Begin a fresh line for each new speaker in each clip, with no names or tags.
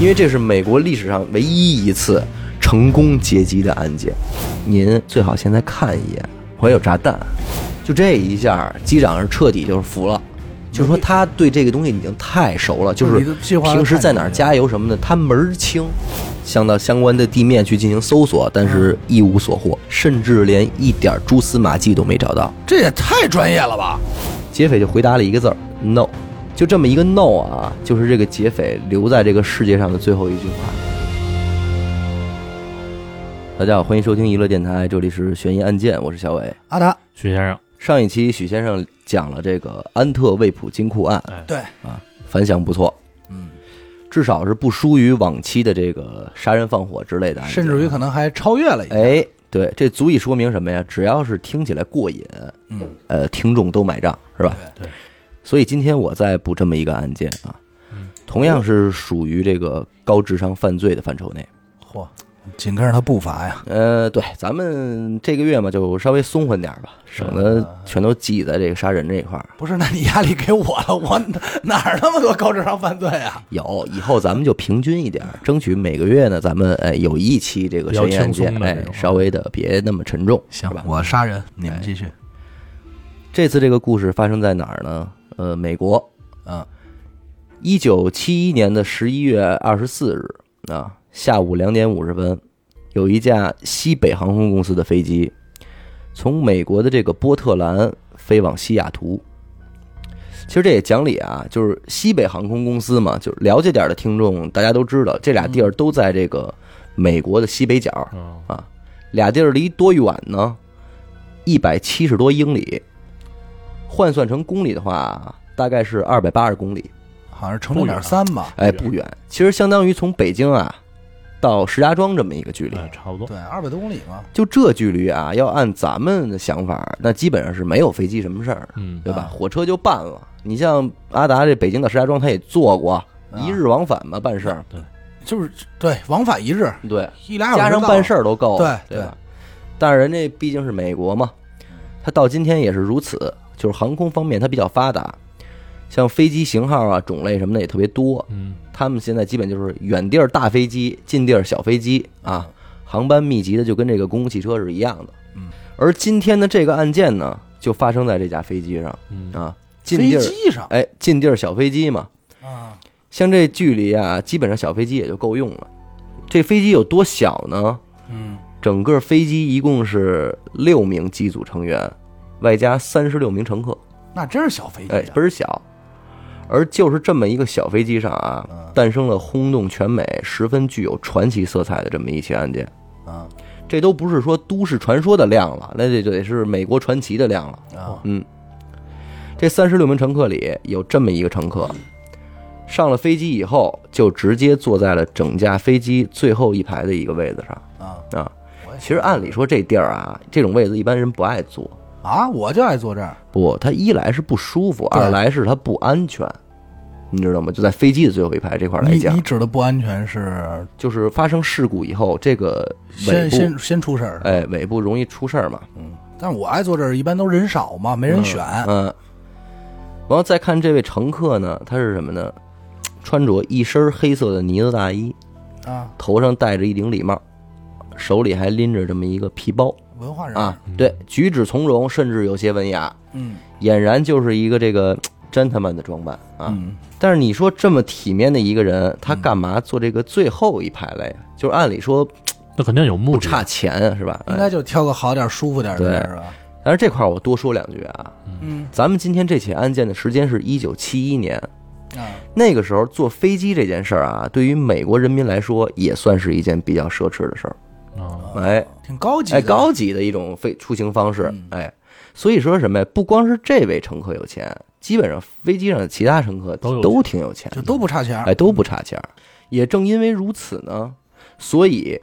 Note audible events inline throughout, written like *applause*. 因为这是美国历史上唯一一次成功劫机的案件。您最好现在看一眼，怀有炸弹。就这一下，机长是彻底就是服了，就是说他对这个东西已经太熟了，就是平时在哪儿加油什么的，他门儿清。向到相关的地面去进行搜索，但是
嗯
一无所获，甚至连一点蛛丝马迹都没找到。
这也太专业了吧！
劫匪就回答了一个字儿：“no。”就这么一个 “no” 啊，就是这个劫匪留在这个世界上的最后一句话。大家好，欢迎收听娱乐电台，这里是悬疑案件，我是小伟。
阿达，
许先生，
上一期许先生讲了这个安特卫普金库案，啊
哎，
对，
反响不错，嗯，至少是不输于往期的这个杀人放火之类的案件，啊
甚至于可能还超越了一个。
哎，对，这足以说明什么呀？只要是听起来过瘾，
嗯，
呃，听众都买账，是吧？
对对。
所以今天我再补这么一个案件啊，
嗯
同样是属于这个高智商犯罪的范畴内。
嚯，紧跟着他步伐呀！
呃，对，咱们这个月嘛，就稍微松缓点儿吧，省得全都记在这个杀人这一块儿。
不是，那你压力给我了，我哪儿那么多高智商犯罪啊？
有，以后咱们就平均一点儿，争取每个月呢，咱们哎有一期这个
嗯比较
悬疑案件
轻，松的
哎
这，种
稍微的别那么沉重，
行
是吧？哎
我杀人，你们继续。
这次这个故事发生在哪儿呢？呃，美国，啊
嗯，
一九七一年的十一月二十四日啊，下午两点五十分，有一架西北航空公司的飞机从美国的这个波特兰飞往西雅图。其实这也讲理啊，就是西北航空公司嘛，就是了解点的听众大家都知道，这俩地儿都在这个美国的西北角
嗯，
啊，俩地儿离多远呢？一百七十多英里，换算成公里的话，大概是二百八十公里。
好像是乘零点三吧？
哎，不远，其实相当于从北京啊到石家庄这么一个距离。
哎，差不多，
对，二百多公里嘛。
就这距离啊，要按咱们的想法，那基本上是没有飞机什么事儿，
嗯，
对吧？
啊
火车就办了。你像阿达这北京到石家庄，他也坐过，一日往返嘛，办事儿。
就是对，往返一日，
对，
一俩小时
加上
到
办事儿都够了，
对
对吧？但是人家毕竟是美国嘛，它到今天也是如此，就是航空方面它比较发达，像飞机型号啊、种类什么的也特别多。
嗯，
他们现在基本就是远地儿大飞机，近地儿小飞机啊，航班密集的就跟这个公共汽车是一样的。
嗯，
而今天的这个案件呢，就发生在这架飞机上
嗯，
啊，近
飞
地儿
机上
哎，近地儿小飞机嘛，
啊，
像这距离啊，基本上小飞机也就够用了。这飞机有多小呢？
嗯，
整个飞机一共是六名机组成员，外加三十六名乘客。
那真是小飞机
哎，
啊。
倍儿小。而就是这么一个小飞机上啊，诞生了轰动全美、十分具有传奇色彩的这么一起案件。
啊
这都不是说都市传说的量了，那这就得是美国传奇的量了。
啊
嗯，这三十六名乘客里有这么一个乘客，上了飞机以后就直接坐在了整架飞机最后一排的一个位子上
啊
啊。其实按理说这地儿啊，这种位子一般人不爱坐，
啊！我就爱坐这儿。
不，它一来是不舒服，
对
二来是它不安全，你知道吗？就在飞机的最后一排这块来
你
讲
你，指的不安全是
就是发生事故以后，这个尾
先
部，
先先出事儿，
哎，尾部容易出事儿嘛。
但是我爱坐这儿，一般都人少嘛，没人选。
嗯，然后再看这位乘客呢，他是什么呢？穿着一身黑色的呢子大衣，
啊，
头上戴着一顶礼帽，手里还拎着这么一个皮包
文化人
啊，对，举止从容，甚至有些文雅，
嗯
俨然就是一个这个 gentleman 的装扮啊。
嗯，
但是你说这么体面的一个人，他干嘛坐这个最后一排来呀？就是按理说
那肯定有目
不
的，
差钱啊，是吧？
应
哎
该就挑个好点儿、舒服点儿的地儿
对
是吧？
但是这块儿我多说两句啊，
嗯
咱们今天这起案件的时间是一九七一年，
啊，
那个时候坐飞机这件事儿啊，对于美国人民来说也算是一件比较奢侈的事儿，
啊，
哎
挺高级的，
哎，高级的一种飞出行方式
嗯，
哎，所以说什么呀？不光是这位乘客有钱，基本上飞机上的其他乘客
都有
都挺有钱的，
就都不差钱儿。
哎，都不差钱儿。也正因为如此呢，所以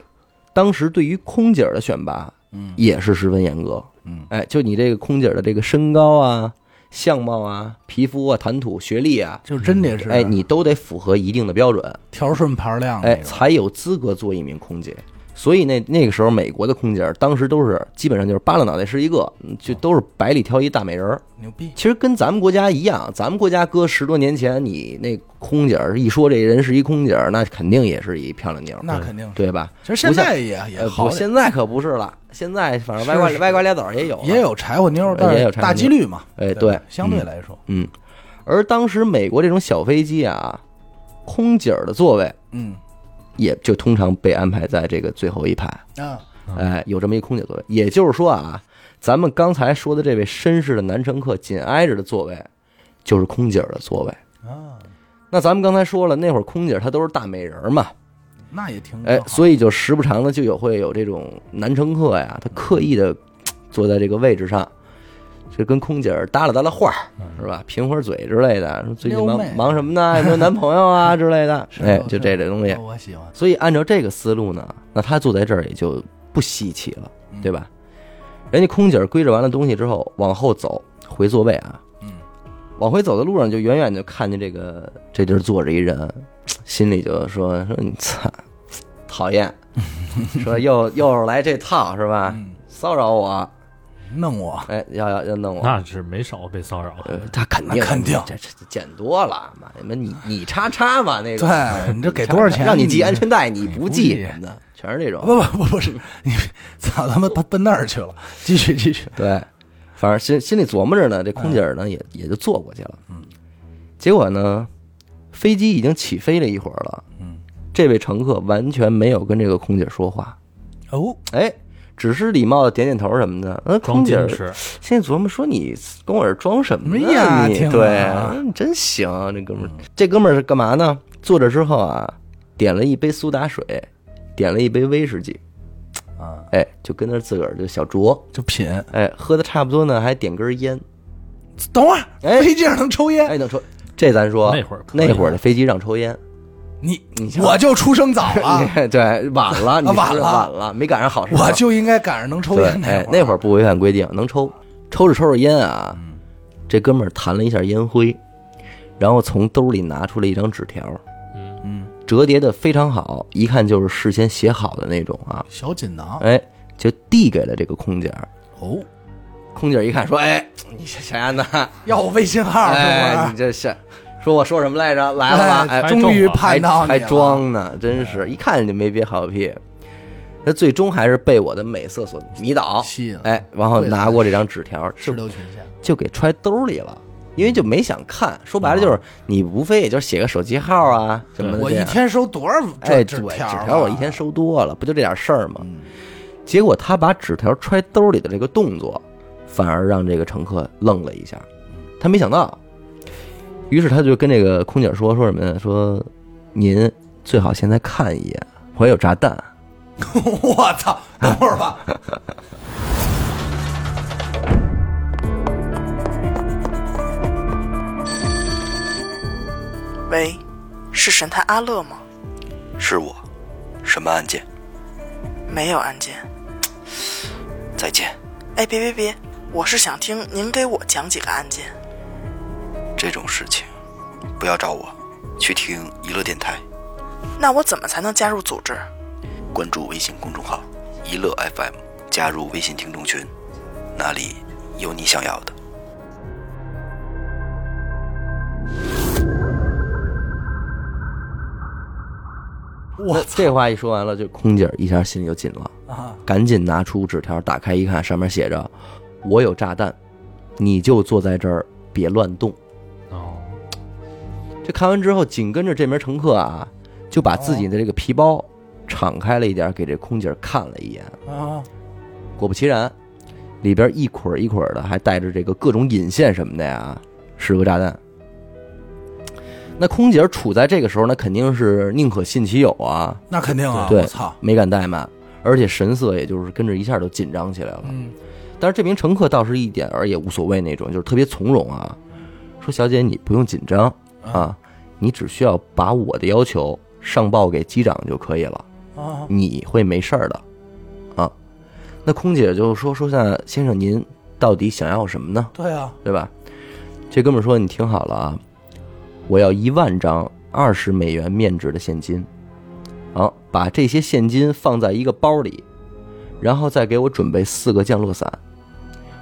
当时对于空姐儿的选拔，
嗯，
也是十分严格。
嗯，
哎，就你这个空姐儿的这个身高啊、相貌啊、皮肤啊、谈吐、学历啊，
就真得是啊
哎，你都得符合一定的标准，
条顺盘儿亮的
哎，
那种
才有资格做一名空姐。所以那那个时候美国的空姐儿当时都是基本上就是扒拉脑袋是一个，嗯
哦
就都是百里挑一大美人儿。
牛逼，
其实跟咱们国家一样，咱们国家搁十多年前，你那空姐儿一说这人是一空姐儿，那肯定也是一漂亮妞儿，
那肯定是。
对吧？
其实现在也嗯也
呃，
好
不，
点，
现在可不是了，现在反正歪瓜
是是
歪瓜裂枣儿也有，
也。有柴火妞，但
也有
是
柴火妞
大几率嘛。
哎，
对
对
吧，，相对来说，
嗯，而当时美国这种小飞机啊，空姐儿的座位
嗯
也就通常被安排在这个最后一排，
啊，
哎，有这么一空姐座位。也就是说啊，咱们刚才说的这位绅士的男乘客紧挨着的座位，就是空姐儿的座位。
啊，
那咱们刚才说了，那会儿空姐儿她都是大美人儿嘛，
那也挺
哎，
以
所以就时不常的就有会有这种男乘客呀，他刻意的坐在这个位置上，就跟空姐儿搭了搭了话儿，是吧？贫会儿嘴之类的，说最近
撩
忙
妹
忙什么呢？有没有男朋友啊之类的？
*laughs* 是
哎，
是
就这类东西。
我喜欢，
所以按照这个思路呢，那他坐在这儿也就不稀奇了，
嗯
对吧？人家空姐儿归置完了东西之后，往后走回座位啊，
嗯，
往回走的路上就远远就看见这个这地儿坐着一人，心里就说说你操，讨
*laughs*
厌，说又又是来这套是吧？
嗯
骚扰我，
弄我，
哎，要要要弄我。
那是没少被骚扰。
呃，他肯定
那肯定
这这这捡多了，妈你们你你叉叉嘛那个，
对你这给多少钱
让你系安全带，你不
你不
系
系
什么的，全是这种。
不不不不是，你操他妈奔奔那儿去了，继续继续，
对，反正心心里琢磨着呢，这空姐儿呢也也就坐过去了。嗯，结果呢，飞机已经起飞了一会儿了。
嗯，
这位乘客完全没有跟这个空姐说话，
哦，
哎，只是礼貌的点点头什么的。那空
装
姐
矜
儿
持，
现在琢磨说你跟我这装什么呢
哎呀
你
天
对哎
啊，
你真行，这哥们儿，这哥们儿是干嘛呢？坐着之后啊，点了一杯苏打水，点了一杯威士忌，
啊，
哎，就跟那儿自个儿就小酌，
就品，
哎，喝的差不多呢，还点根烟。
等会儿
哎
飞机上能抽烟，
哎，能抽？这咱说
那会儿可以
那会儿的飞机让抽烟，
你
你哎想
我就出生早了，
*laughs* 对，晚了，你
啊晚
是
了
晚了，没赶上好时候。
我就应该赶上能抽
对
烟，
哎，
那
那会儿不违反规定，能抽。抽着抽着烟啊，
嗯
这哥们儿弹了一下烟灰，然后从兜里拿出了一张纸条，
嗯，
嗯，
折叠的非常好，一看就是事先写好的那种啊。
小锦囊，
哎，就递给了这个空姐儿。
哦，
空姐儿一看说：“哎，你这小丫子，
要我微信号是
哎，你
不
这是说我说什么来着？来了吧？哎
是？，
还
终于
中了
还
盼到你
还
了，
装呢，真是一看就没憋好屁。那最终还是被我的美色所迷倒，
吸引了
哎，然后拿过这张纸条，
石
就
榴裙下，
就给揣兜里了，因为就没想看。说白了就是，你无非也就写个手机号啊什么的这样。
啊我一天收多少
哎，
这
对，
纸
纸
条啊？
条我一天收多了，不就这点事儿吗？
嗯
结果他把纸条揣兜里的这个动作，反而让这个乘客愣了一下，他没想到，于是他就跟这个空姐说说什么呢？说您最好现在看一眼，我有炸弹。
*laughs* 我操！等会儿吧，
喂，是神探阿乐吗？
是我，什么案件？
没有案件。
再见，
哎，别别别，我是想听您给我讲几个案件。
这种事情不要找我，去听娱乐电台，
那我怎么才能加入组织？
关注微信公众号“娱乐 FM”，加入微信听众群，那里有你想要的。
我这话一说完了，就空姐一下心里就紧了，
啊，
赶紧拿出纸条打开一看，上面写着：“我有炸弹，你就坐在这儿，别乱动。”
哦，
这看完之后，紧跟着这名乘客啊，就把自己的这个皮包敞开了一点，给这空姐看了一眼。
啊，
果不其然，里边一捆儿一捆儿的，还带着这个各种引线什么的呀，是个炸弹。那空姐处在这个时候，那肯定是宁可信其有啊，
那肯定啊！
对
我操，
没敢怠慢，而且神色也就是跟着一下就紧张起来了。
嗯，
但是这名乘客倒是一点儿也无所谓那种，就是特别从容啊，说小姐你不用紧张啊，你只需要把我的要求上报给机长就可以了，
啊，
你会没事儿的，啊。那空姐就说说那先生您到底想要什么呢？
对啊，
对吧？这哥们儿说你听好了啊，我要一万张二十美元面值的现金，好，把这些现金放在一个包里，然后再给我准备四个降落伞，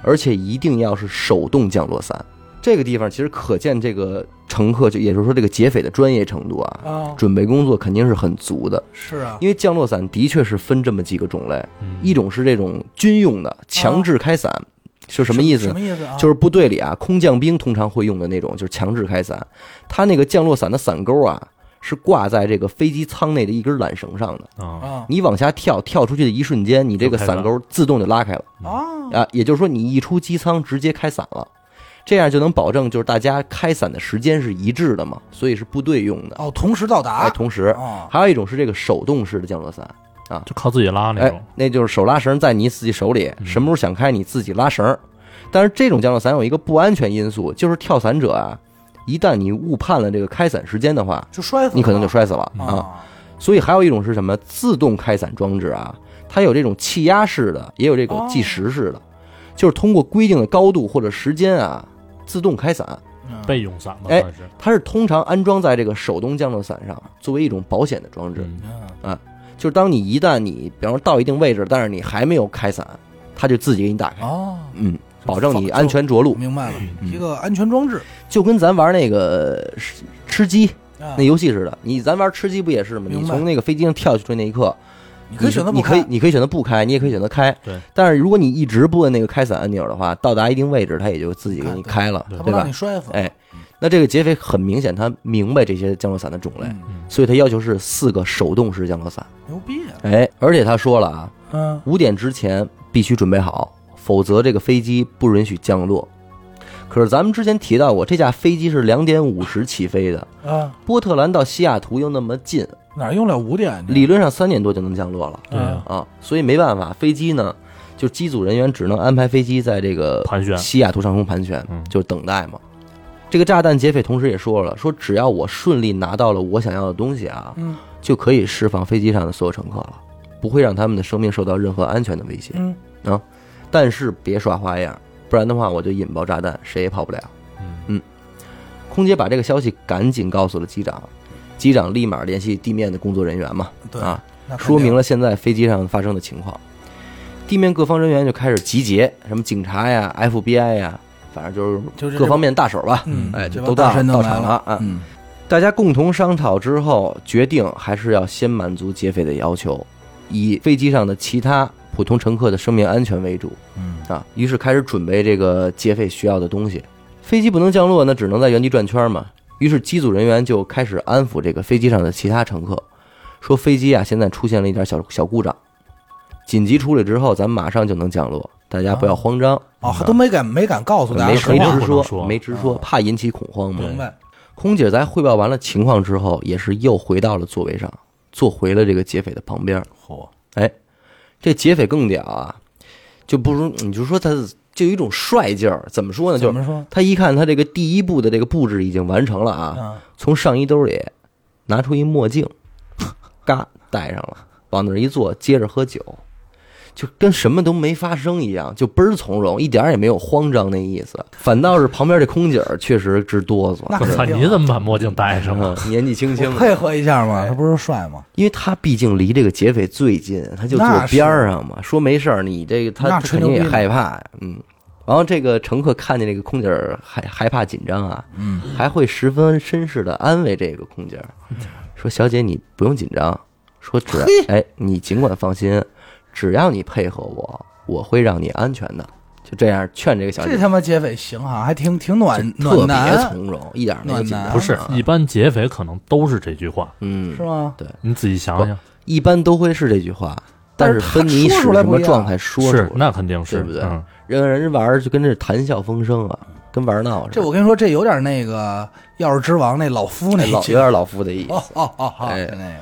而且一定要是手动降落伞。这个地方其实可见这个乘客，就也就是说这个劫匪的专业程度啊，
啊，
准备工作肯定是很足的。
是啊，
因为降落伞的确是分这么几个种类，
嗯
一种是这种军用的强制开伞，是什么意思
什？么意思啊？
就是部队里啊，空降兵通常会用的那种，就是强制开伞。它那个降落伞的伞钩啊，是挂在这个飞机舱内的一根缆绳上的。
啊，
啊
你往下跳，跳出去的一瞬间，你这个伞钩自动就拉开了
啊，
啊，也就是说你一出机舱直接开伞了，这样就能保证就是大家开伞的时间是一致的嘛，所以是部队用的。
哦，同时到达
哎，，同时
啊
还有一种是这个手动式的降落伞，
就靠自己拉那
哎
种，，
那就是手拉绳在你自己手里，什么时候想开你自己拉绳儿。但是这种降落伞有一个不安全因素，就是跳伞者啊，一旦你误判了这个开伞时间的话，
就摔死了，
你可能就摔死了啊。
啊，
所以还有一种是什么自动开伞装置啊，它有这种气压式的，也有这种计时式的，就是通过规定的高度或者时间啊自动开伞。
嗯
备用伞吧，
哎
算是。
它是通常安装在这个手动降落伞上，作为一种保险的装置。
嗯
嗯
就是当你一旦你，比方说到一定位置，但是你还没有开伞，它就自己给你打开，
哦，
嗯，保证你安全着陆，
明白了，
嗯
一个安全装置，
就跟咱玩那个呃吃鸡
那
嗯那游戏似的。你咱玩吃鸡不也是吗？
明白
你从那个飞机上跳下去那一刻，
你可以选择不
你可
开
以，你可以选择不开，你也可以选择开。
对，
但是如果你一直不摁那个开伞按钮的话，到达一定位置，它也就自己给你开了，
他不
对
让
吧
你？摔死，
哎，那这个劫匪很明显，他明白这些降落伞的种类，
嗯
所以他要求是四个手动式降落伞。
牛逼啊，
哎，而且他说了啊，
嗯，
五点之前必须准备好，否则这个飞机不允许降落。可是咱们之前提到过，这架飞机是两点五十起飞的，
啊，
波特兰到西雅图又那么近，
哪用了五点呢？
理论上三点多就能降落了
对啊，
啊，所以没办法，飞机呢，就机组人员只能安排飞机在这个
盘旋
西雅图上空盘旋
嗯，
就等待嘛。这个炸弹劫匪同时也说了，说只要我顺利拿到了我想要的东西啊，
嗯
就可以释放飞机上的所有乘客了，不会让他们的生命受到任何安全的威胁。啊
嗯，
但是别耍花样，不然的话我就引爆炸弹，谁也跑不了。
嗯
空姐把这个消息赶紧告诉了机长，机长立马联系地面的工作人员嘛，
对
啊，
那肯定
说明了现在飞机上发生的情况。地面各方人员就开始集结，什么警察呀、FBI 呀，反正
就
就是是
这
各方面大手吧，
嗯
哎，
这
就
帮
都
大
到
神都
到
来
场
了
了啊。
嗯
大家共同商讨之后，决定还是要先满足劫匪的要求，以飞机上的其他普通乘客的生命安全为主。
嗯
啊，于是开始准备这个劫匪需要的东西。飞机不能降落，那只能在原地转圈嘛。于是机组人员就开始安抚这个飞机上的其他乘客，说飞机啊现在出现了一点小小故障，紧急处理之后咱马上就能降落，大家不要慌张，
哦，还都没敢没敢告诉大
没
家
没
实
肯定
话
直
不能
说，
说
没直说，怕引起恐慌嘛。
明白？
空姐在汇报完了情况之后，也是又回到了座位上，坐回了这个劫匪的旁边。
嚯，
哎，这劫匪更屌啊，就不如你就说他就有一种帅劲儿，怎么说呢？就
怎
是
么说？
他一看他这个第一步的这个布置已经完成了啊，
啊，
从上衣兜里拿出一墨
*laughs*
镜，嘎戴上了，往那儿一坐，接着喝酒，就跟什么都没发生一样，就倍儿从容，一点儿也没有慌张那意思，反倒是旁边这空姐儿确实直哆嗦，
那
我
肯定
操，
啊
你怎么把墨镜戴上了？
嗯年纪轻轻
我
的，
配合一下
哎
嘛，他不是帅吗？
因为他毕竟离这个劫匪最近，他就
那
坐
是
边儿上嘛，说没事儿，你这个他
那
他
吹
肯
牛
定
逼
也
呢
害怕呀，嗯。然后这个乘客看见这个空姐儿害害怕紧张啊，
嗯，
还会十分绅士的安慰这个空
*laughs*
姐儿，说：“小姐，你不用紧张，说只
嘿
哎，你尽管放心，只要你配合我，我会让你安全的。”就这样劝这个小姐
这，他妈劫匪行哈，还挺挺暖
特
暖
别
男，
从容，一点儿没有紧
暖男
张。啊
不是，一般劫匪可能都是这句话，
嗯
是，吗？
你仔细想想，
一般都会是这句话，
但
但
是
是
他
分你
说
使
出来
什
不
么
一样
状态说出
是
来，
那肯定是，
对不对
嗯
让人玩儿就跟这谈笑风生啊，跟玩闹似
嗯这
的。
我跟你说，这有点那个《钥匙之王》那老夫那
哎老有
劲儿
点老夫的意思。
哦哦哦哦，
哎
就那个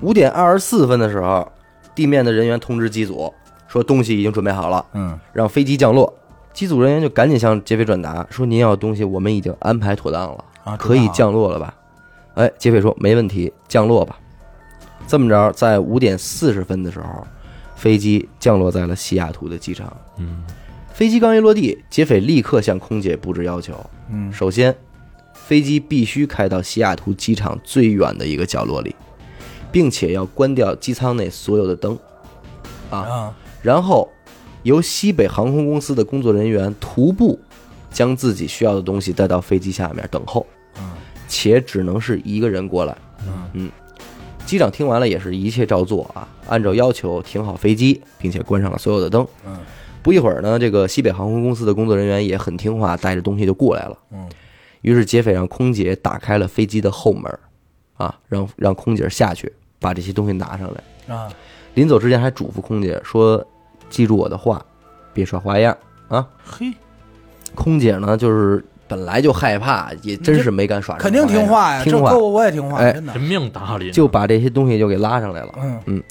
五点二十四分的时候，地面的人员通知机组说东西已经准备好了，
嗯
让飞机降落。机组人员就赶紧向劫匪转达说：“您要的东西我们已经安排妥当了，
啊，
可以降落了吧？”哎，劫匪说：“没问题，降落吧。”这么着，在五点四十分的时候，飞机降落在了西雅图的机场。
嗯，
飞机刚一落地，劫匪立刻向空姐布置要求：
嗯
首先，飞机必须开到西雅图机场最远的一个角落里，并且要关掉机舱内所有的灯，啊，
啊，
然后由西北航空公司的工作人员徒步将自己需要的东西带到飞机下面等候，
嗯
且只能是一个人过来。
嗯
机长听完了也是一切照做啊，按照要求停好飞机，并且关上了所有的灯。
嗯
不一会儿呢，这个西北航空公司的工作人员也很听话，带着东西就过来了。
嗯
于是劫匪让空姐打开了飞机的后门，啊，让让空姐下去把这些东西拿上来。
啊，
临走之前还嘱咐空姐说：“记住我的话，别耍花样啊
嘿，！”
空姐呢，就是本来就害怕，也真是没敢耍什么
肯
花样。
定听话呀，这
听
搁
话，
我我也听话，
哎
真的
人。命搭理呢嗯
就把这些东西就给拉上来了。
嗯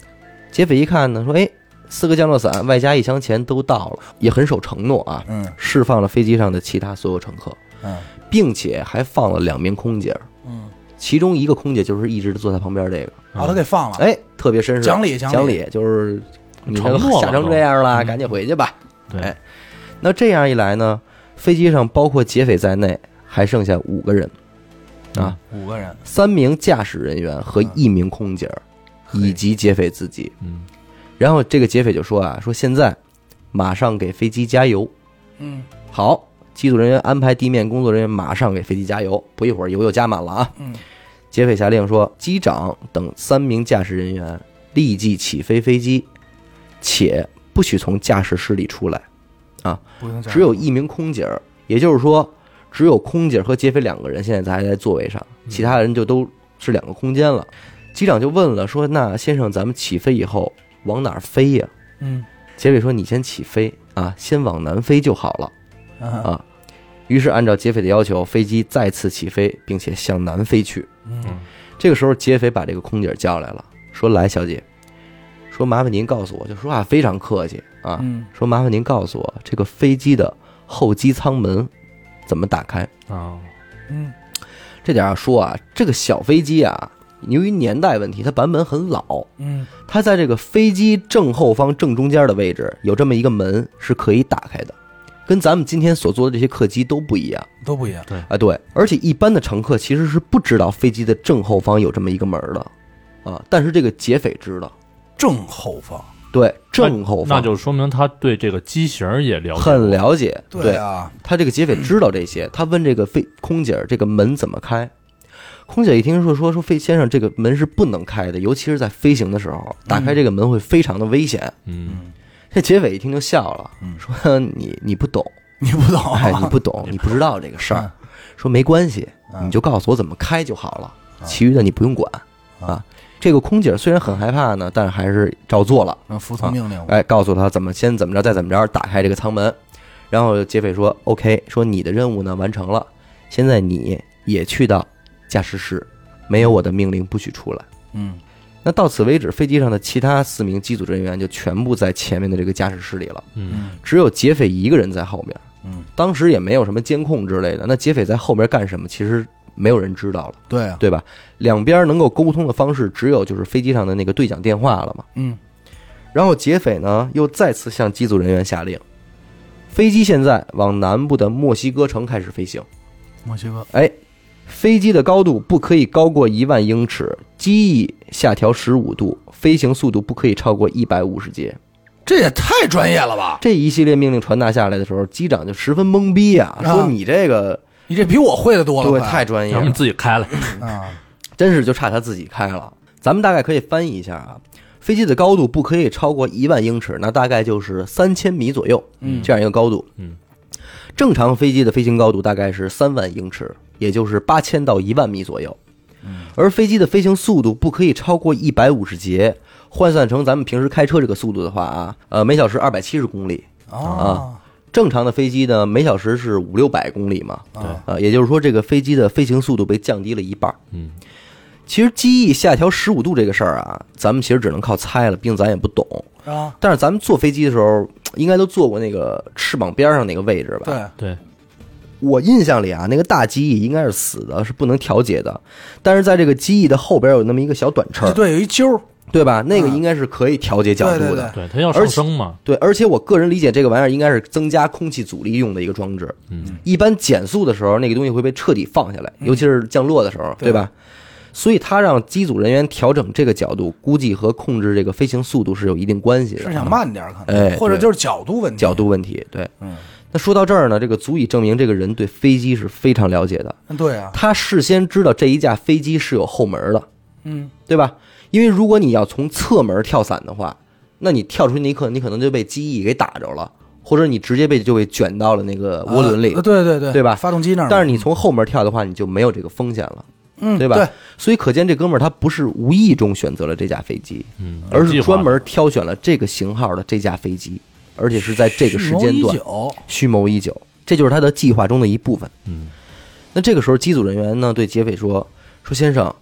劫匪一看呢，说：“哎，四个降落伞外加一箱钱都到了，也很守承诺啊，
嗯
释放了飞机上的其他所有乘客，
嗯
并且还放了两名空姐，
嗯，
其中一个空姐就是一直坐在旁边这个。”
哦，他给放了。
哎，特别绅士，
讲理
讲
讲
理，就是你
承
都
诺了
吓成
都
这样了，
嗯
赶紧回去吧。
对
哎那这样一来呢，飞机上包括劫匪在内，还剩下五个人，
嗯
啊，
五个人，
三名驾驶人员和一名空姐儿，以及劫匪自己。
嗯，
然后这个劫匪就说啊，说现在马上给飞机加油。
嗯
好，机组人员安排地面工作人员马上给飞机加油。不一会儿油又加满了啊。
嗯
劫匪下令说，机长等三名驾驶人员立即起飞飞机，且不许从驾驶室里出来，
不用讲，
只有一名空姐儿。也就是说，只有空姐儿和劫匪两个人现在还在座位上，其他人就都是两个空间了。机长就问了，说：“那先生，咱们起飞以后往哪儿飞呀
嗯？”
劫匪说：“你先起飞啊，先往南飞就好了
啊
啊。”于是按照劫匪的要求，飞机再次起飞，并且向南飞去。
嗯
这个时候，劫匪把这个空姐叫来了，说：“来，小姐，说麻烦您告诉我，就说话非常客气啊，
嗯
说麻烦您告诉我这个飞机的后机舱门怎么打开。
啊，
嗯
这点要说啊，这个小飞机啊，由于年代问题，它版本很老，
嗯
它在这个飞机正后方正中间的位置有这么一个门是可以打开的，跟咱们今天所做的这些客机都不一样
都不一样。
啊。对，而且一般的乘客其实是不知道飞机的正后方有这么一个门儿的啊，但是这个劫匪知道。
正后方，
对，正后
那
方
就说明他对这个机型儿也了解过，
很了解。
啊，
他这个劫匪知道这些，他问这个飞空姐儿这个门怎么开。空姐一听说说说飞先生这个门是不能开的，尤其是在飞行的时候，打开这个门会非常的危险。
嗯，
这劫匪一听就笑了，说 *laughs* 你你不懂，
你不懂啊，
哎，你不
*laughs*
懂，你不知道这个事儿
嗯。
说没关系，
嗯
你就告诉我怎么开就好了，其余的你不用管
嗯
啊。这个空姐儿虽然很害怕呢，但是还是照做了。
嗯服从命令。
哎，告诉他怎么先怎么着，再怎么着打开这个舱门。然后劫匪说：“OK，说你的任务呢完成了，现在你也去到驾驶室，没有我的命令不许出来。
嗯”
那到此为止，飞机上的其他四名机组人员就全部在前面的这个驾驶室里了，
嗯，
只有劫匪一个人在后面。
嗯，
当时也没有什么监控之类的，那劫匪在后面干什么，其实没有人知道了，
对啊，
对吧？两边能够沟通的方式只有就是飞机上的那个对讲电话了嘛。
嗯
然后劫匪呢又再次向机组人员下令，飞机现在往南部的墨西哥城开始飞行。
墨西哥，
哎，飞机的高度不可以高过一万英尺，机翼下调十五度，飞行速度不可以超过一百五十节。
这也太专业了吧？
这一系列命令传达下来的时候，机长就十分懵逼啊，
啊
说你这个
你这比我会的多了，
对
快
太专业
咱们
了，
自己开了，
啊，
真是就差他自己开了。咱们大概可以翻译一下啊。飞机的高度不可以超过一万英尺，那大概就是三千米左右，嗯，这样一个高度，
嗯，
正常飞机的飞行高度大概是三万英尺，也就是八千到一万米左右。而飞机的飞行速度不可以超过一百五十节，换算成咱们平时开车这个速度的话啊，呃，每小时二百七十公里。啊
哦，
正常的飞机呢，每小时是五六百公里嘛，对，呃，也就是说这个飞机的飞行速度被降低了一半。
嗯，
其实机翼下调十五度这个事儿啊，咱们其实只能靠猜了，毕竟咱也不懂。
啊，
但是咱们坐飞机的时候，应该都坐过那个翅膀边上那个位置吧？
对，
对，
我印象里啊，那个大机翼应该是死的，是不能调节的。但是在这个机翼的后边有那么一个小短翅儿，
对，有一揪儿，
对吧？那个应该是可以调节角度的。
嗯对对对
对他要上升嘛，
对而且我个人理解，这个玩意儿应该是增加空气阻力用的一个装置。
嗯，
嗯
一般减速的时候，那个东西会被彻底放下来，尤其是降落的时候，对吧？所以他让机组人员调整这个角度，估计和控制这个飞行速度是有一定关系的。
是想啊慢点儿，可能，
哎
或者
对
就是角度问题。
角，度问题，对。
嗯，
那说到这儿呢，这个足以证明这个人对飞机是非常了解的。
对啊，
他事先知道这一架飞机是有后门的，
嗯，
对吧？因为如果你要从侧门跳伞的话，那你跳出去，你可你可能就被机翼给打着了，或者你直接被就被卷到了那个涡轮里。
啊对对对，
对吧
发动机那儿嘛，
但是你从后门跳的话，你就没有这个风险了，
嗯，
对
对
吧？所以可见这哥们儿他不是无意中选择了这架飞机，
嗯，
而
有计
是
划
专门挑选了这个型号的这架飞机，而且是在这个时间段
蓄谋已久
蓄谋已久，这就是他的计划中的一部分。
嗯，
那这个时候，机组人员呢对劫匪说：“说先生，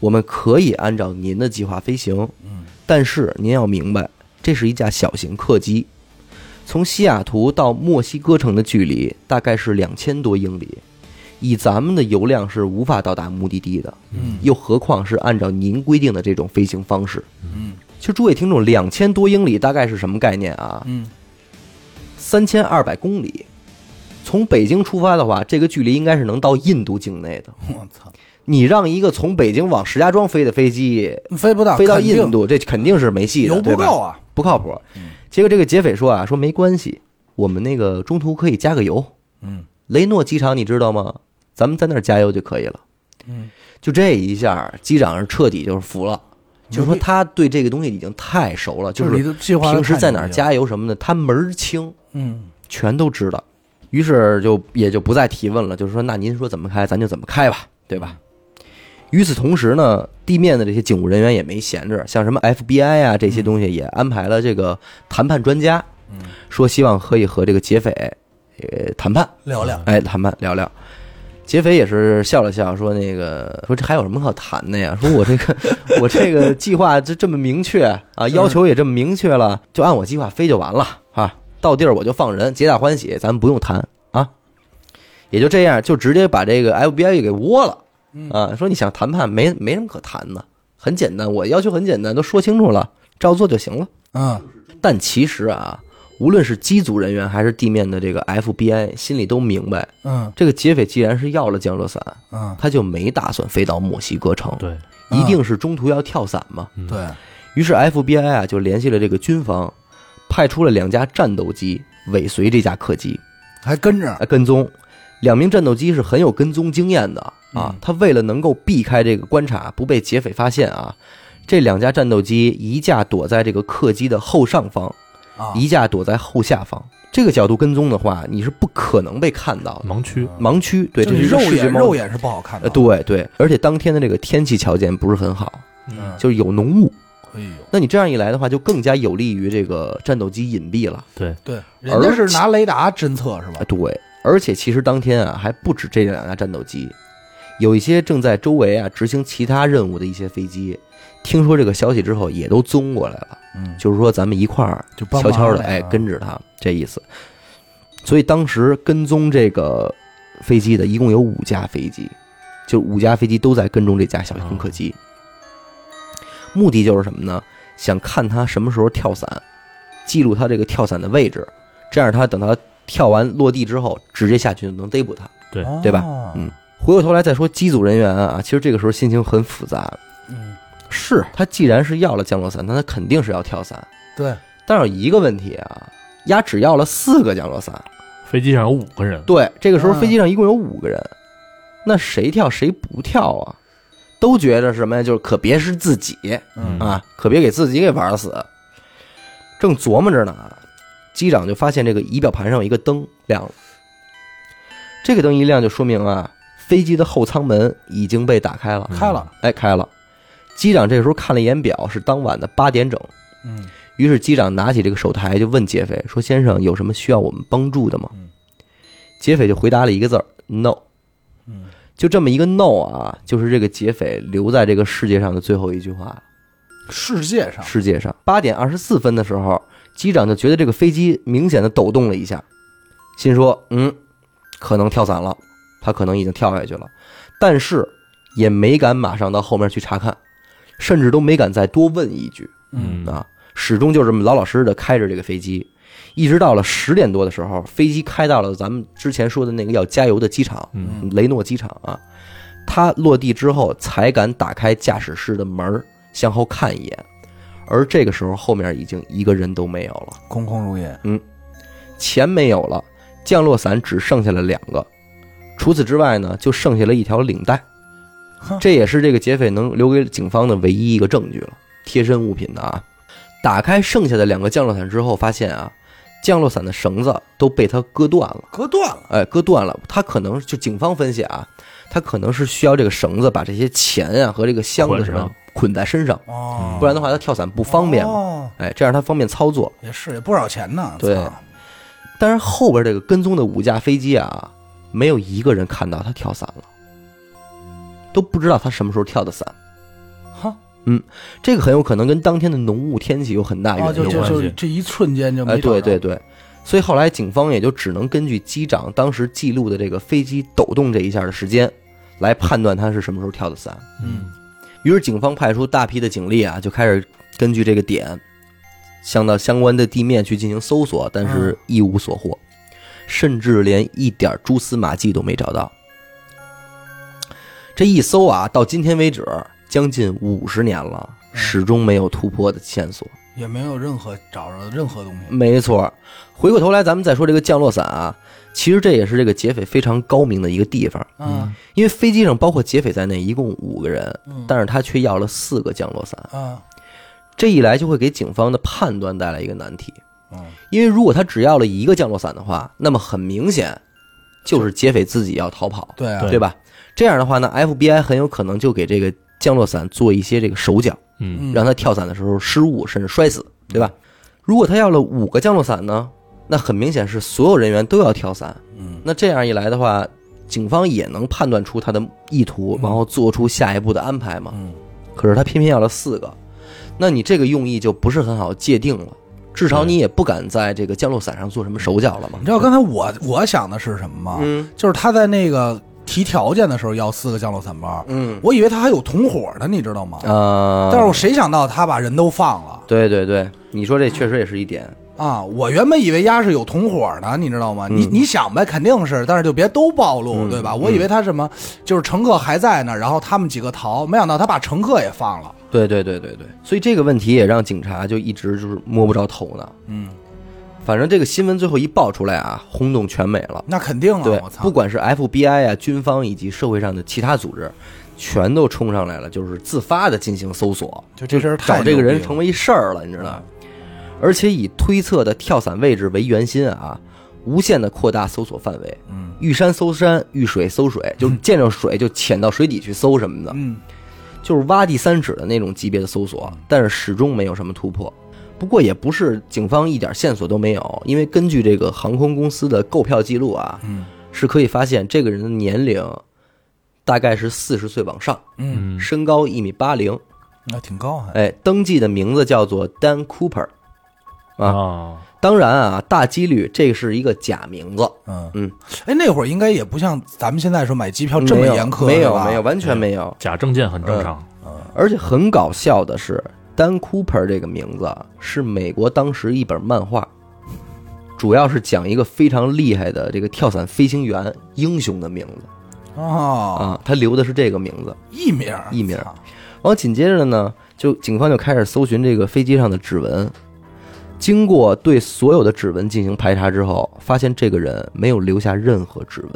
我们可以按照您的计划飞行，
嗯
但是您要明白，这是一架小型客机，从西雅图到墨西哥城的距离大概是两千多英里，以咱们的油量是无法到达目的地的，
嗯
又何况是按照您规定的这种飞行方式。”
嗯
其实诸位听众，两千多英里大概是什么概念啊？
嗯，
三千二百公里，从北京出发的话，这个距离应该是能到印度境内的。
我操，
你让一个从北京往石家庄飞的飞机
嗯飞不到，
飞到
肯定
印度，这肯定是没戏的，
油
对
不
吧？
够啊，
不靠谱。结果这个劫匪说啊，说没关系，我们那个中途可以加个油。
嗯，
雷诺机场你知道吗？咱们在那儿加油就可以了。
嗯，
就这一下，机长是彻底就是服了，就是说他对这个东西已经太熟了，
就是
是
你的计划
平时
太
在
牛
哪儿
逼了
加油什么的，他门儿清。
嗯
全都知道，于是就也就不再提问了，就是说那您说怎么开，咱就怎么开吧，对吧？与此同时呢，地面的这些警务人员也没闲着，像什么 FBI 啊这些东西也安排了这个谈判专家，说希望可以和这个劫匪呃谈判，
聊聊，
哎，谈判聊聊。劫匪也是笑了笑，说：“那个，说这还有什么可谈的呀？说我这个， *laughs* 我这个计划就这么明确啊，要求也这么明确了，就按我计划飞就完了啊。到地儿我就放人，皆大欢喜，咱们不用谈啊。也就这样，就直接把这个 FBI 给窝了啊。说你想谈判，没没什么可谈的，很简单，我要求很简单，都说清楚了，照做就行了。
嗯，
但其实啊，无论是机组人员还是地面的这个 FBI，心里都明白，
嗯
这个劫匪既然是要了降落伞，
嗯，
他就没打算飞到墨西哥城，
对，
啊
嗯
一定是中途要跳伞嘛。
对，
于是 FBI 啊就联系了这个军方，派出了两架战斗机尾随这架客机
还跟着
来跟踪。两名战斗机是很有跟踪经验的啊，
嗯
他为了能够避开这个观察，不被劫匪发现啊，这两架战斗机一架躲在这个客机的后上方，
啊，
一架躲在后下方。这个角度跟踪的话，你是不可能被看到的。
盲区，
盲区，对，
嗯就
这是
你
一个
肉
视觉
眼
盲
肉眼是不好看
呃，
的，，
对对，而且当天的这个天气条件不是很好，
嗯，
就是有浓雾。
哎呦，
那你这样一来的话，就更加有利于这个战斗机隐蔽了。
对，
对，人家是拿雷达侦测是吧
啊，？对，而且其实当天啊，还不止这两架战斗机，有一些正在周围啊执行其他任务的一些飞机，听说这个消息之后也都踪过来了，
嗯，
就是说咱们一块儿
就帮
悄
忙
悄的
来
哎
啊
跟着他，这意思。所以当时跟踪这个飞机的一共有五架飞机，就五架飞机都在跟踪这架小型客
啊
机，目的就是什么呢？想看他什么时候跳伞，记录他这个跳伞的位置，这样他等他跳完落地之后，直接下去就能逮捕他。
哦
对吧？嗯回过头来再说机组人员啊，其实这个时候心情很复杂。
嗯，
是他既然是要了降落伞，那他肯定是要跳伞。
对，
但有一个问题啊，丫只要了四个降落伞。
飞机上有五个人，
对，这个时候
嗯
飞机上一共有五个人，那谁跳谁不跳啊？都觉着什么呀？就是可别是自己
嗯
啊，可别给自己给玩死。正琢磨着呢，机长就发现这个仪表盘上有一个灯亮了。这个灯一亮，就说明啊，飞机的后舱门已经被打开了。
开了，
哎，开了。机长这时候看了一眼表，是当晚的八点整。
嗯
于是机长拿起这个手台就问劫匪说：“先生，有什么需要我们帮助的吗
嗯？”
劫匪就回答了一个字儿：“no。”
嗯，
就这么一个 “no” 啊，就是这个劫匪留在这个世界上的最后一句话。
世界上
世界上八点二十四分的时候，机长就觉得这个飞机明显的抖动了一下，心说：“嗯，可能跳伞了，他可能已经跳下去了。”但是也没敢马上到后面去查看，甚至都没敢再多问一句。
嗯
啊，始终就这么老老实实的开着这个飞机，一直到了十点多的时候，飞机开到了咱们之前说的那个要加油的机场，
嗯
雷诺机场啊。他落地之后才敢打开驾驶室的门儿向后看一眼，而这个时候后面已经一个人都没有了，
空空如也。
钱没有了，降落伞只剩下了两个，除此之外呢，就剩下了一条领带
哼，
这也是这个劫匪能留给警方的唯一一个证据了，贴身物品的啊。打开剩下的两个降落伞之后，发现啊，降落伞的绳子都被他割断了。
割断了，
哎，割断了。他可能就警方分析啊，他可能是需要这个绳子把这些钱啊和这个箱子什
捆
么
上
捆在身上，
哦，
嗯不然的话他跳伞不方便嘛。
哦，
哎，这样他方便操作。
也是也不少钱呢。
对
操
但是后边这个跟踪的五架飞机啊，没有一个人看到他跳伞了，都不知道他什么时候跳的伞。嗯
哈，
这个很有可能跟当天的浓雾天气有很大原因
哦，就
有
就
关。
就
系
这一瞬间就没
哎，
找
对对，
着
对。所以后来警方也就只能根据机长当时记录的这个飞机抖动这一下的时间，来判断他是什么时候跳的伞。
嗯，
于是警方派出大批的警力啊，就开始根据这个点，向到相关的地面去进行搜索，但是一无所获，甚至连一点蛛丝马迹都没找到。这一搜啊，到今天为止将近五十年了，始终没有突破的线索。
也没有任何找着任何东西。
没错，回过头来咱们再说这个降落伞啊，其实这也是这个劫匪非常高明的一个地方，
嗯
因为飞机上包括劫匪在内一共五个人，但是他却要了四个降落伞。
啊，
这一来就会给警方的判断带来一个难题，
嗯，
因为如果他只要了一个降落伞的话，那么很明显就是劫匪自己要逃跑，
对啊，
对
吧？这样的话呢，FBI 很有可能就给这个降落伞做一些这个手脚，
嗯，
嗯
让他跳伞的时候失误甚至摔死，对吧？如果他要了五个降落伞呢，那很明显是所有人员都要跳伞，
嗯，
那这样一来的话，警方也能判断出他的意图，然后做出下一步的安排嘛。
嗯
可是他偏偏要了四个，那你这个用意就不是很好界定了。至少你也不敢在这个降落伞上做什么手脚了嘛
你。知道刚才我我想的是什么吗？
嗯
就是他在那个提条件的时候要四个降落伞包，
嗯
我以为他还有同伙呢，你知道吗？
啊，
但是我谁想到他把人都放了
对对对，你说这确实也是一点。
啊！我原本以为丫是有同伙呢，你知道吗？
嗯
你你想呗，肯定是，但是就别都暴露，对吧？我以为他什么，就是乘客还在那儿，然后他们几个逃，没想到他把乘客也放了。
对对对对对，所以这个问题也让警察就一直就是摸不着头脑。
嗯，
反正这个新闻最后一爆出来啊，轰动全美了。
那肯定啊！
对
我，操，
不管是 FBI 啊、军方以及社会上的其他组织，全都冲上来了，就是自发的进行搜索，
就这事儿太
找这个
牛
人
逼了嗯
成为一事儿了，你知道吗？而且以推测的跳伞位置为圆心啊，无限的扩大搜索范围，
嗯，
遇山搜山，遇水搜水，
*laughs*
就是见着水就潜到水底去搜什么的，
嗯
就是挖地三尺的那种级别的搜索，但是始终没有什么突破。不过也不是警方一点线索都没有，因为根据这个航空公司的购票记录啊，
嗯
是可以发现这个人的年龄大概是四十岁往上，
嗯，
身高一米八零，
那挺高还
哎，登记的名字叫做 Dan Cooper。
啊，
当然啊，大几率这是一个假名字，
嗯
嗯，
哎，那会儿应该也不像咱们现在说买机票这么
没有
严苛，
没
是
有
吧嗯
没有，完全没有。
假证件很正常，
而且很搞笑的是，Dan Cooper 这个名字是美国当时一本漫画，主要是讲一个非常厉害的这个跳伞飞行员英雄的名字
哦，
啊，他留的是这个名字。
艺名
艺名
操
然后紧接着呢，就警方就开始搜寻这个飞机上的指纹。经过对所有的指纹进行排查之后，发现这个人没有留下任何指纹。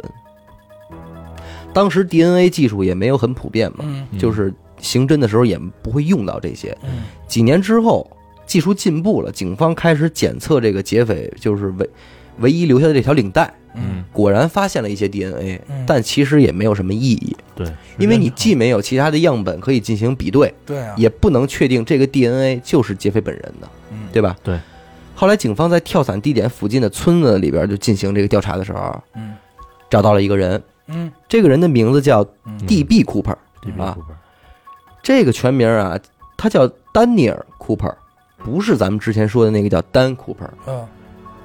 当时 DNA 技术也没有很普遍嘛，
嗯
就是刑侦的时候也不会用到这些。
嗯
几年之后，技术进步了，警方开始检测这个劫匪就是唯唯一留下的这条领带，
嗯
果然发现了一些 DNA，
嗯
但其实也没有什么意义，
对，
因为你既没有其他的样本可以进行比对，
对啊，
也不能确定这个 DNA 就是劫匪本人的，
嗯
对吧？
对。
后来警方在跳伞地点附近的村子里边就进行这个调查的时候，
嗯
找到了一个人，
嗯
这个人的名字叫
嗯
D.B. Cooper，、
这笔
啊
不本
这个全名啊，他叫丹尼尔·库珀，不是咱们之前说的那个叫丹·库珀。
嗯，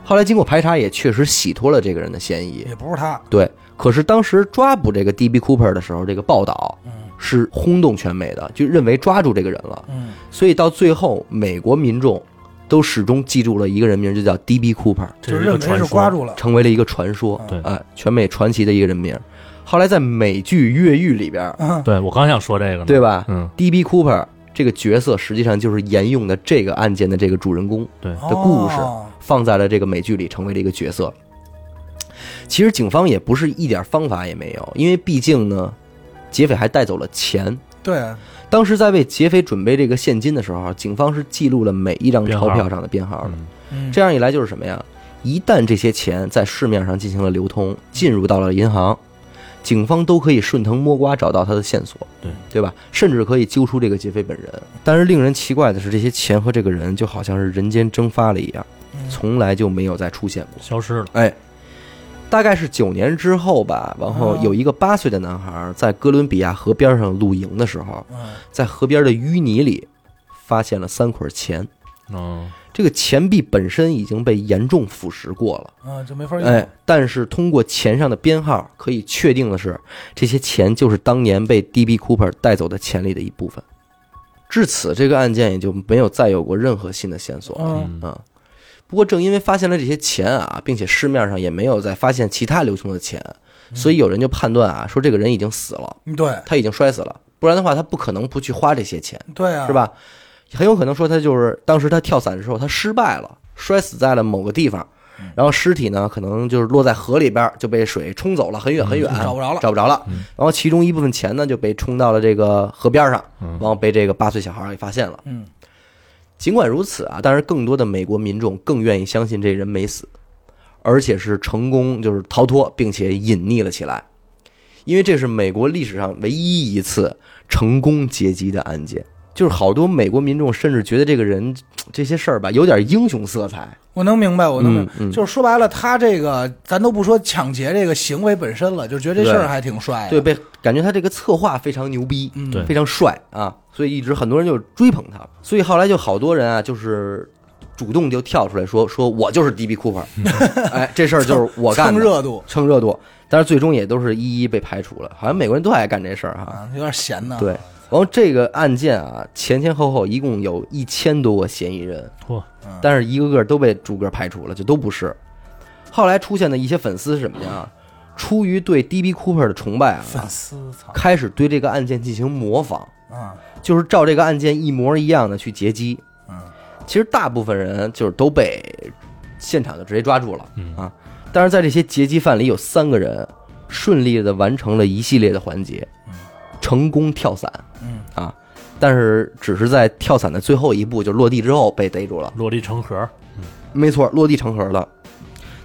后来经过排查，也确实洗脱了这个人的嫌疑。
也不是他，
对，可是当时抓捕这个 D.B. Cooper 的时候，这个报道
嗯
是轰动全美的，就认为抓住这个人了。
嗯
所以到最后，美国民众都始终记住了一个人名，就叫 D.B. Cooper，
这
就认
一个
为
传
是
说
刮住了，
嗯
成为了一个传说。
对
哎，全美传奇的一个人名。后来在美剧《越狱》里边，
嗯，
对我刚想说这个呢，
对吧？
嗯，
，D.B. Cooper 这个角色实际上就是沿用的这个案件的这个主人公
对，
的故事
哦，
放在了这个美剧里，成为了一个角色。其实警方也不是一点方法也没有，因为毕竟呢，劫匪还带走了钱。
对，啊
当时在为劫匪准备这个现金的时候，警方是记录了每一张
编
钞
号
票上的编号的。
嗯
嗯
这样一来就是什么呀？一旦这些钱在市面上进行了流通，进入到了银行，警方都可以顺藤摸瓜找到他的线索，
对
对吧？甚至可以揪出这个劫匪本人。但是令人奇怪的是，这些钱和这个人就好像是人间蒸发了一样，从来就没有再出现过。
消失了，
哎，大概是九年之后吧，然后有一个八岁的男孩在哥伦比亚河边上露营的时候，
嗯
在河边的淤泥里发现了三捆钱。
嗯，
这个钱币本身已经被严重腐蚀过了，
嗯，就没法用
哎，，但是通过钱上的编号可以确定的是，这些钱就是当年被 D.B. Cooper 带走的钱里的一部分。至此，这个案件也就没有再有过任何新的线索了。
嗯
嗯
啊。不过正因为发现了这些钱啊，并且市面上也没有再发现其他流通的钱，所以有人就判断啊，说这个人已经死了，
嗯对
他已经摔死了，不然的话他不可能不去花这些钱，
对啊，
是？吧？很有可能说他就是当时他跳伞的时候他失败了，摔死在了某个地方。
嗯
然后尸体呢，可能就是落在河里边儿，就被水冲走了，很远很远，
嗯找不着了
找不着了。然后其中一部分钱呢，就被冲到了这个河边上，然后被这个八岁小孩儿给发现了。
嗯，
尽管如此啊，但是更多的美国民众更愿意相信这人没死，而且是成功就是逃脱，并且隐匿了起来，因为这是美国历史上唯一一次成功劫机的案件。就是好多美国民众甚至觉得这个人这些事儿吧，有点英雄色彩。
我能明白，我能明白，
嗯嗯
就是说白了，他这个咱都不说抢劫这个行为本身了，就觉得这事
对
儿还挺帅的，
对，被感觉他这个策划非常牛逼，
哎嗯
对
非常帅啊，所以一直很多人就追捧他，所以后来就好多人啊，就是主动就跳出来说，说我就是 D.B.
*laughs*
Cooper，哎，这事儿就是我干
蹭
的，
热度
蹭热度，但是最终也都是一一被排除了，好像美国人都爱干这事儿哈。
啊，有点闲呢。
对，然后这个案件啊，前前后后一共有一千多个嫌疑人，
嚯，
嗯
但是一个个都被逐个排除了，就都不是。后来出现的一些粉丝是什么呀？出于对 D.B. Cooper 的崇拜啊，
粉丝操
开始对这个案件进行模仿，
啊，
就是照这个案件一模一样的去劫机。
嗯，
其实大部分人就是都被现场就直接抓住了
嗯
啊。但是在这些劫机犯里，有三个人顺利的完成了一系列的环节，成功跳伞
嗯
啊。但是只是在跳伞的最后一步，就落地之后被逮住了。
落地成盒，
没错，落地成盒了。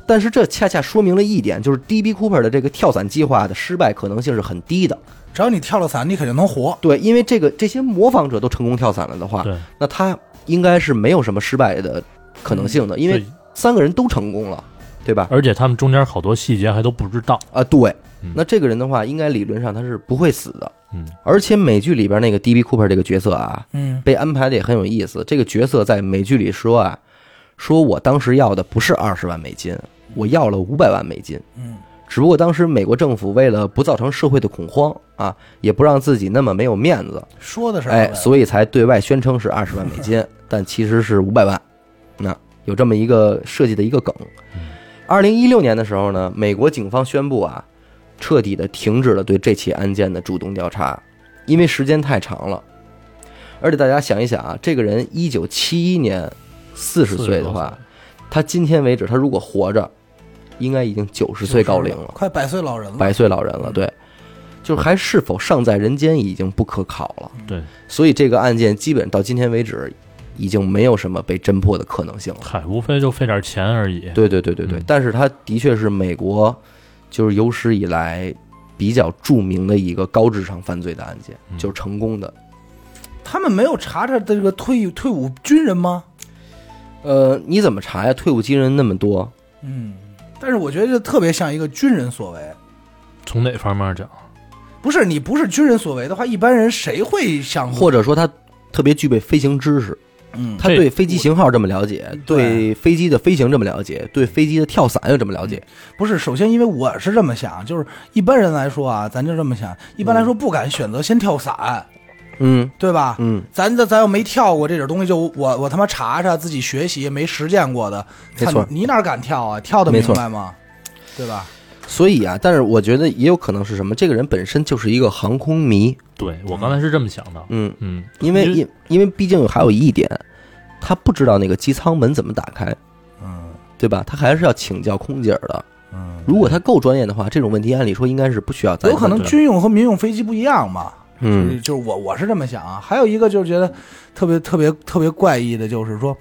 但是这恰恰说明了一点，就是 D.B. Cooper 的这个跳伞计划的失败可能性是很低的。
只要你跳了伞，你肯定能活。
对，因为这个这些模仿者都成功跳伞了的话，
对，
那他应该是没有什么失败的可能性的，因为
嗯对
三个人都成功了，对吧？
而且他们中间好多细节还都不知道，
啊，对
嗯，
那这个人的话，应该理论上他是不会死的。
嗯，
而且美剧里边那个 D.B. Cooper 这个角色啊，
嗯
被安排的也很有意思。这个角色在美剧里说啊，说我当时要的不是二十万美金，我要了五百万美金。
嗯，
只不过当时美国政府为了不造成社会的恐慌啊，也不让自己那么没有面子，
说的是
哎，所以才对外宣称是二十万美金，但其实是五百万。那有这么一个设计的一个梗。二零一六年的时候呢，美国警方宣布啊，彻底的停止了对这起案件的主动调查，因为时间太长了。而且大家想一想啊，这个人一九七一年四十岁的话，他今天为止，他如果活着，应该已经九十岁高龄了，
快百岁老人了。
百岁老人了。对，就是还是否尚在人间已经不可考了。
对，
所以这个案件基本到今天为止，已经没有什么被侦破的可能性了。
嗨，无非就费点钱而已，
对对对对对，
嗯
但是它的确是美国就是有史以来比较著名的一个高智商犯罪的案件，
嗯
就是成功的。
他们没有查查这个退退伍军人吗？
呃，你怎么查呀？退伍军人那么多，
嗯，但是我觉得这特别像一个军人所为。
从哪方面讲？
不是你不是军人所为的话，一般人谁会想
或者说他特别具备飞行知识，
嗯
他
这
对飞机型号这么了解，对嗯飞机的飞行这么了解，对飞机的跳伞又这么了解。
不是，首先因为我是这么想，就是一般人来说啊，咱就这么想，一般来说不敢选择先跳伞，
嗯
对吧？
嗯，
咱这咱要没跳过这点东西，就我我他妈查查自己学习没实践过的，
没错
看你哪敢跳啊？跳的
没
明
错
白吗？对吧？
所以啊，但是我觉得也有可能是什么，这个人本身就是一个航空迷，
对我刚才是这么想的，
嗯，
嗯，
因为
你
因因为毕竟还有一点，他不知道那个机舱门怎么打开，
嗯
对吧？他还是要请教空姐儿的。
嗯，
如果他够专业的话，这种问题按理说应该是不需要咱
有可能
问的
军用和民用飞机不一样嘛。就是
哎嗯
就是我我是这么想啊。还有一个就是觉得特别特别特别怪异的，就是说，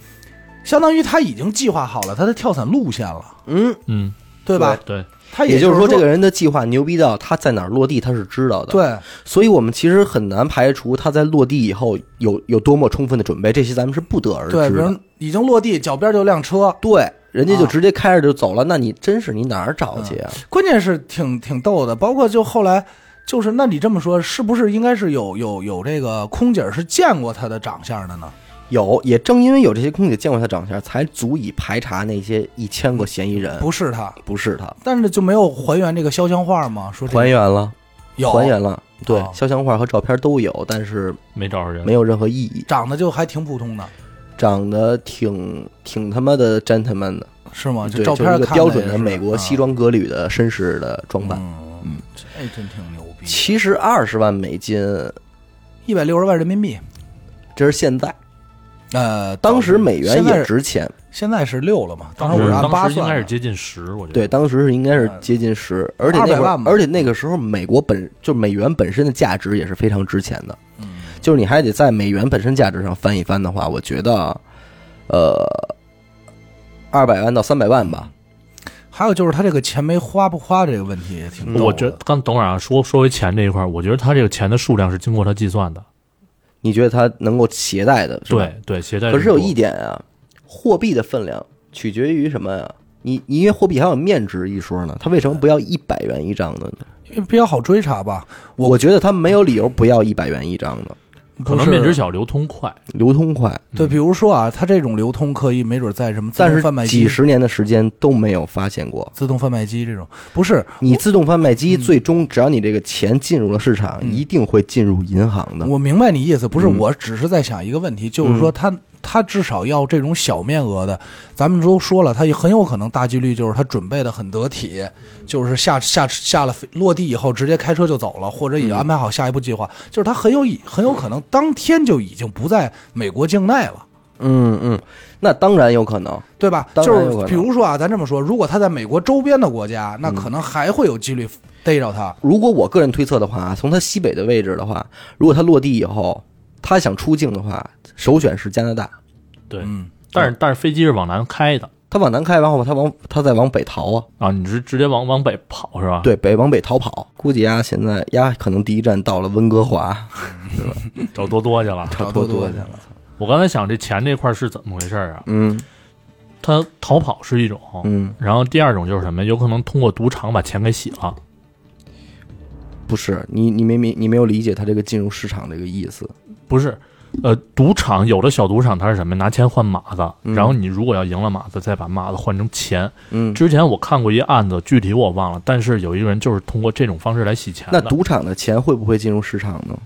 相当于他已经计划好了他的跳伞路线了，
嗯，
嗯，
对吧？
对，
他
也就
就
是
是
说，这
这
个人的计划牛逼到他在哪儿落地，他是知道的。，
对
所以我们其实很难排除他在落地以后有有多么充分的准备，这些咱们是不得而知
对，比
的
如。已经落地，脚边就辆车，
对，人家就
啊
直接开着就走了，那你真是你哪儿找去啊？
关键是挺挺逗的。包括就后来。就是，那你这么说，是不是应该是有有有这个空姐是见过他的长相的呢？
有，也正因为有这些空姐见过他长相，才足以排查那些一千个嫌疑人。
不是他，
不是他，
但是就没有还原这个肖像画吗？说这个
还原了，
有
还原了，对
哦，
肖像画和照片都有，但是
没找着人，
没有任何意义。
长得就还挺普通的，
长得挺挺他妈的 gentleman 的，
是吗？
对，
啊照
就
片
是一
看
个标准的美国
西
西
装。啊
装革履的绅士的装扮。
嗯，这真挺牛逼。
其实二十万美金，
一百六十万人民币，
这是现在，
呃，
当时美元
现在
也
是
值钱，
现在是六了嘛？
当
时我
时
是按八
嗯当时应
算
该
的，
是接近十，我觉
对，
得，
当时是应该是接近十，而且那
200
会儿
万，吧
而且那个时候美国本就美元本身的价值也是非常值钱的，
嗯
就是你还得在美元本身价值上翻一翻的话，我觉得，呃，二百万到三百万吧，
还有就是他这个钱没花不花这个问题也挺逗的，
我觉得刚等会儿啊，说说回钱这一块儿，我觉得他这个钱的数量是经过他计算的，
你觉得它能够携带的是吧？
对对，携带
可是有
多
一点啊，货币的分量取决于什么呀？你你因为货币还有面值一说呢，它为什么不要一百元一张的呢？
因为比较好追查吧。我
我觉得它没有理由不要一百元一张的，
可能
不是
面值小，流通快，
流通快，
对，比如说啊，他这种流通可以没准在什么自
但
动
是
贩卖机、
几十年的时间都没有发现过。
自动贩卖机这种，不是
你自动贩卖机最终，只要你这个钱进入了市场，
嗯
一定会进入银行
嗯
的。
我明白你意思，不是，我只是在想一个问题，就是说他他至少要这种小面额的，咱们都说了，他也很有可能大几率就是他准备的很得体，就是下下下了飞落地以后直接开车就走了，或者
嗯
已经安排好下一步计划，就是他很有以很有可能当天就已经不在美国境内了。
嗯嗯，那当然有可能。
对吧？
当
就
然有可
是
能嗯
比如说啊，咱这么说，如果他在美国周边的国家，那可能还会有几率逮着他。
如果我个人推测的话，从它西北的位置的话，如果它落地以后，它想出境的话，首选是加拿大。
对，
嗯，
但是但是飞机是往南开的
它往南开，然后它往它再往北逃啊，
啊，你是直接往往北跑是吧？，
啊
对，北往北逃跑。估计呀，现在呀，可能第一站到了温哥
*laughs*
华，
找多多去了。
找
多
多多
去
去了。
我刚才想这钱这块儿是怎么回事儿啊？
嗯
他逃跑是一种，
嗯，
然后第二种就是什么？有可能通过赌场把钱给洗了。
不是，你你没明你没有理解它这个进入市场这个意思。
不是，呃，赌场有的小赌场它是什么？拿钱换马子，
嗯
然后你如果要赢了马子，再把马子换成钱。
嗯，
之前我看过一案子，具体我忘了，但是有一个人就是通过这种方式来洗钱
那
的。
赌场的钱会不会进入市场呢？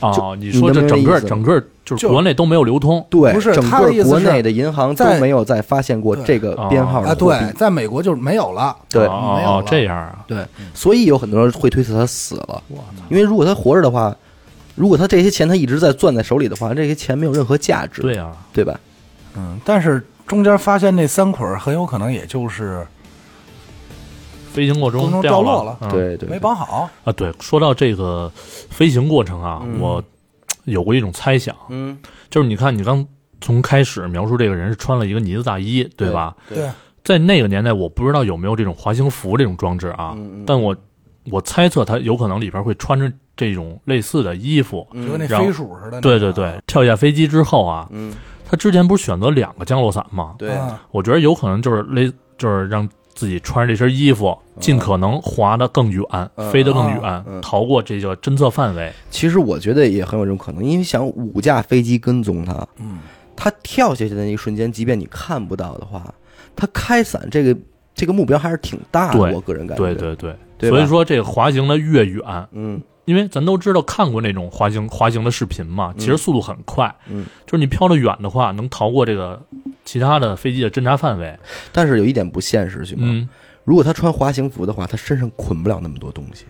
啊
就，
你说
你
这
能
整
明白
个
意思吗
整个就是
就
国内都没有流通，
对，
不是
整
他的意
个
思
国
是
内的银行都
在
没有再发现过
对
这个编号
啊，
的货币。
对，在美国就是没有了。嗯
对
哦
没
哦
有
哦
了，
这样啊，
对，所以有很多人会推测他死了。因为如果他活着的话，如果他这些钱他一直在攥在手里的话，这些钱没有任何价值，
对啊，
对吧？
嗯，但是中间发现那三捆儿很有可能也就是
飞行过
空
程
中
掉
掉落了
嗯
对对，
没绑好，
啊，对，说到这个飞行过程啊，
嗯
我有过一种猜想，
嗯，
就是你看你刚从开始描述这个人是穿了一个呢子大衣，对吧？
对
对，
在那个年代，我不知道有没有这种滑行服这种装置啊，
嗯嗯
但我我猜测他有可能里边会穿着这种类似的衣服。
嗯
就跟那
然后
飞鼠似的那个。
对对对，跳下飞机之后啊，
嗯，
他之前不是选择两个降落伞吗？
对，
啊
我觉得有可能就是类，就是让自己穿着这身衣服，尽可能滑得更远，
嗯
飞得更远，
嗯嗯
逃过这个侦测范围。
其实我觉得也很有这种可能，因为想五架飞机跟踪他，
嗯，
他跳下去的那一瞬间，即便你看不到的话，他开伞这个这个目标还是挺大的，
对
我个人感觉，
对对对，
对吧
所以说这个滑行的越远，
嗯
因为咱都知道看过那种滑行滑行的视频嘛，其实速度很快，
嗯，
就是你飘得远的话，能逃过这个其他的飞机的侦察范围。
但是有一点不现实，兄弟们，
嗯，
如果他穿滑行服的话，他身上捆不了那么多东西，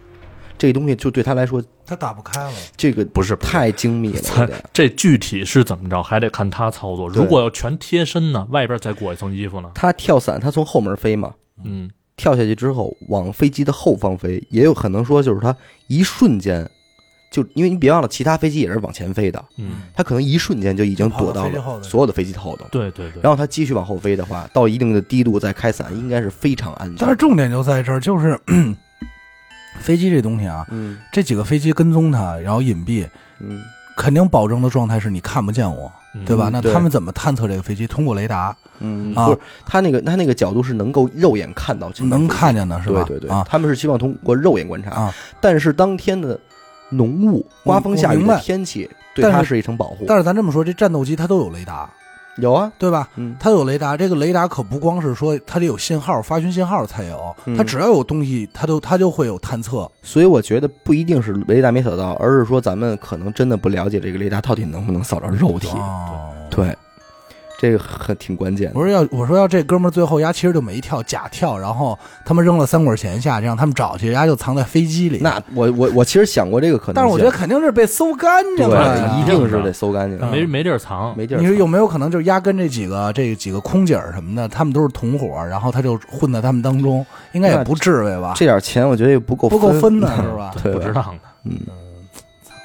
这东西就对他来说，
他打不开了。
这个
不是不是
太精
*laughs*
密了有
咱
点。
这具体是怎么着，还得看他操作。
对
如果要全贴身呢，外边再裹一层衣服呢？
他跳伞，他从后门飞嘛，
嗯，
跳下去之后往飞机的后方飞，也有可能说就是他一瞬间就，因为你别忘了，其他飞机也是往前飞的，
嗯，
他可能一瞬间就已经躲到
跑到飞机后
了
头
所有的飞机头头。
对对对。
然后他继续往后飞的话，到一定的低度再开伞，应该是非常安全。
但是重点就在这儿，就是 *coughs* 咳飞机这东西啊，
嗯
这几个飞机跟踪他，然后隐蔽，
嗯，
肯定保证的状态是你看不见我，
嗯
对吧？
嗯
那
对
他们怎么探测这个飞机？通过雷达
嗯，
啊
不是他那个他那个角度是能够肉眼看到，
能看，见的是吧？
对对对，
啊
他们是希望通过肉眼观察。
啊！
但是当天的浓雾、
我
刮风下
我
雨
明
的
白
天气对
但是
他是一层保护。
但是咱这么说，这战斗机它都有雷达，
有啊，
对吧？
嗯，
它有雷达，这个雷达可不光是说它得有信号，发讯信号才有，
嗯
它只要有东西，它都它就会有探测。
所以我觉得不一定是雷达没扫到，而是说咱们可能真的不了解这个雷达到底能不能扫着肉体。
哦，
对，这个很挺关键的
我。说要我说要这哥们儿最后丫其实就没跳，假跳，然后他们扔了三管钱下去，让他们找去，丫就藏在飞机里。
那我我我其实想过这个可能性，
但是我觉得肯定是被搜干净了呀，
对，一定是得搜干净
那
的，
没没地儿藏，
没地儿
你说
藏。
有没有可能就是压跟这几个这几个空姐儿什么的，他们都是同伙，然后他就混在他们当中，应该也不至于吧？
这点钱，我觉得也不够
不够
分
分呢，是吧？
对
不
吧
值当的。
嗯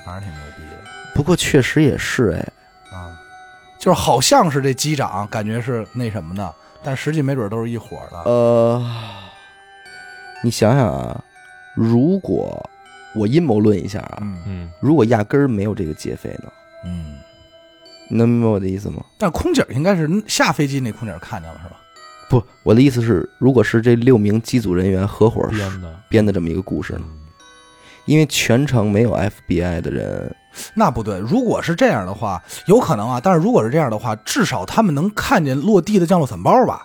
反正挺牛逼
*laughs* 不过确实也是哎，
的啊，就是好像是这机长，感觉是那什么的，但实际没准都是一伙儿的。
呃，你想想啊，如果我阴谋论一下啊，
嗯
嗯，
如果压根儿没有这个劫匪呢，
嗯，
你能明白我的意思吗？
但空姐儿应该是下飞机那空姐儿看见了是吧？
不，我的意思是，如果是这六名机组人员合伙
编的
编的这么一个故事呢，
嗯
因为全程没有 FBI 的人，
那不对，如果是这样的话，有可能啊。但是如果是这样的话，至少他们能看见落地的降落伞包吧？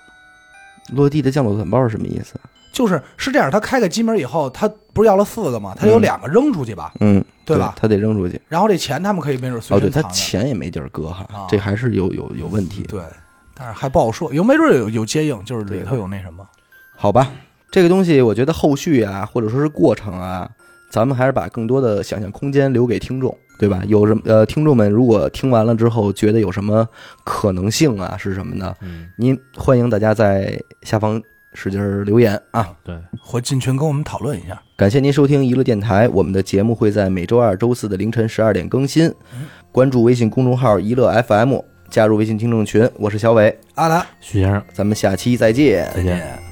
落地的降落伞包是什么意思？啊
就是是这样，他开个机门以后，他不是要了四个吗？他有
嗯
两个扔出去吧，
嗯，
对
对
吧
他得扔出去。
然后这钱他们可以没准随
哦，对，
身
他
藏着。
钱也没地儿搁哈
啊，
这还是有有有问题。
对，但是还不好说，有没准有有接应，就是里头有那什么。
好吧，这个东西我觉得后续啊，或者说是过程啊，咱们还是把更多的想象空间留给听众，对吧？有什么呃，听众们如果听完了之后觉得有什么可能性啊，是什么呢？
嗯，
您欢迎大家在下方使劲儿留言啊！
对，
或进群跟我们讨论一下。
感谢您收听娱乐电台，我们的节目会在每周二、周四的凌晨十二点更新。关注微信公众号“娱乐 FM”，加入微信听众群。我是小伟，
阿达，
徐先生，
咱们下期再见。
再见。
见。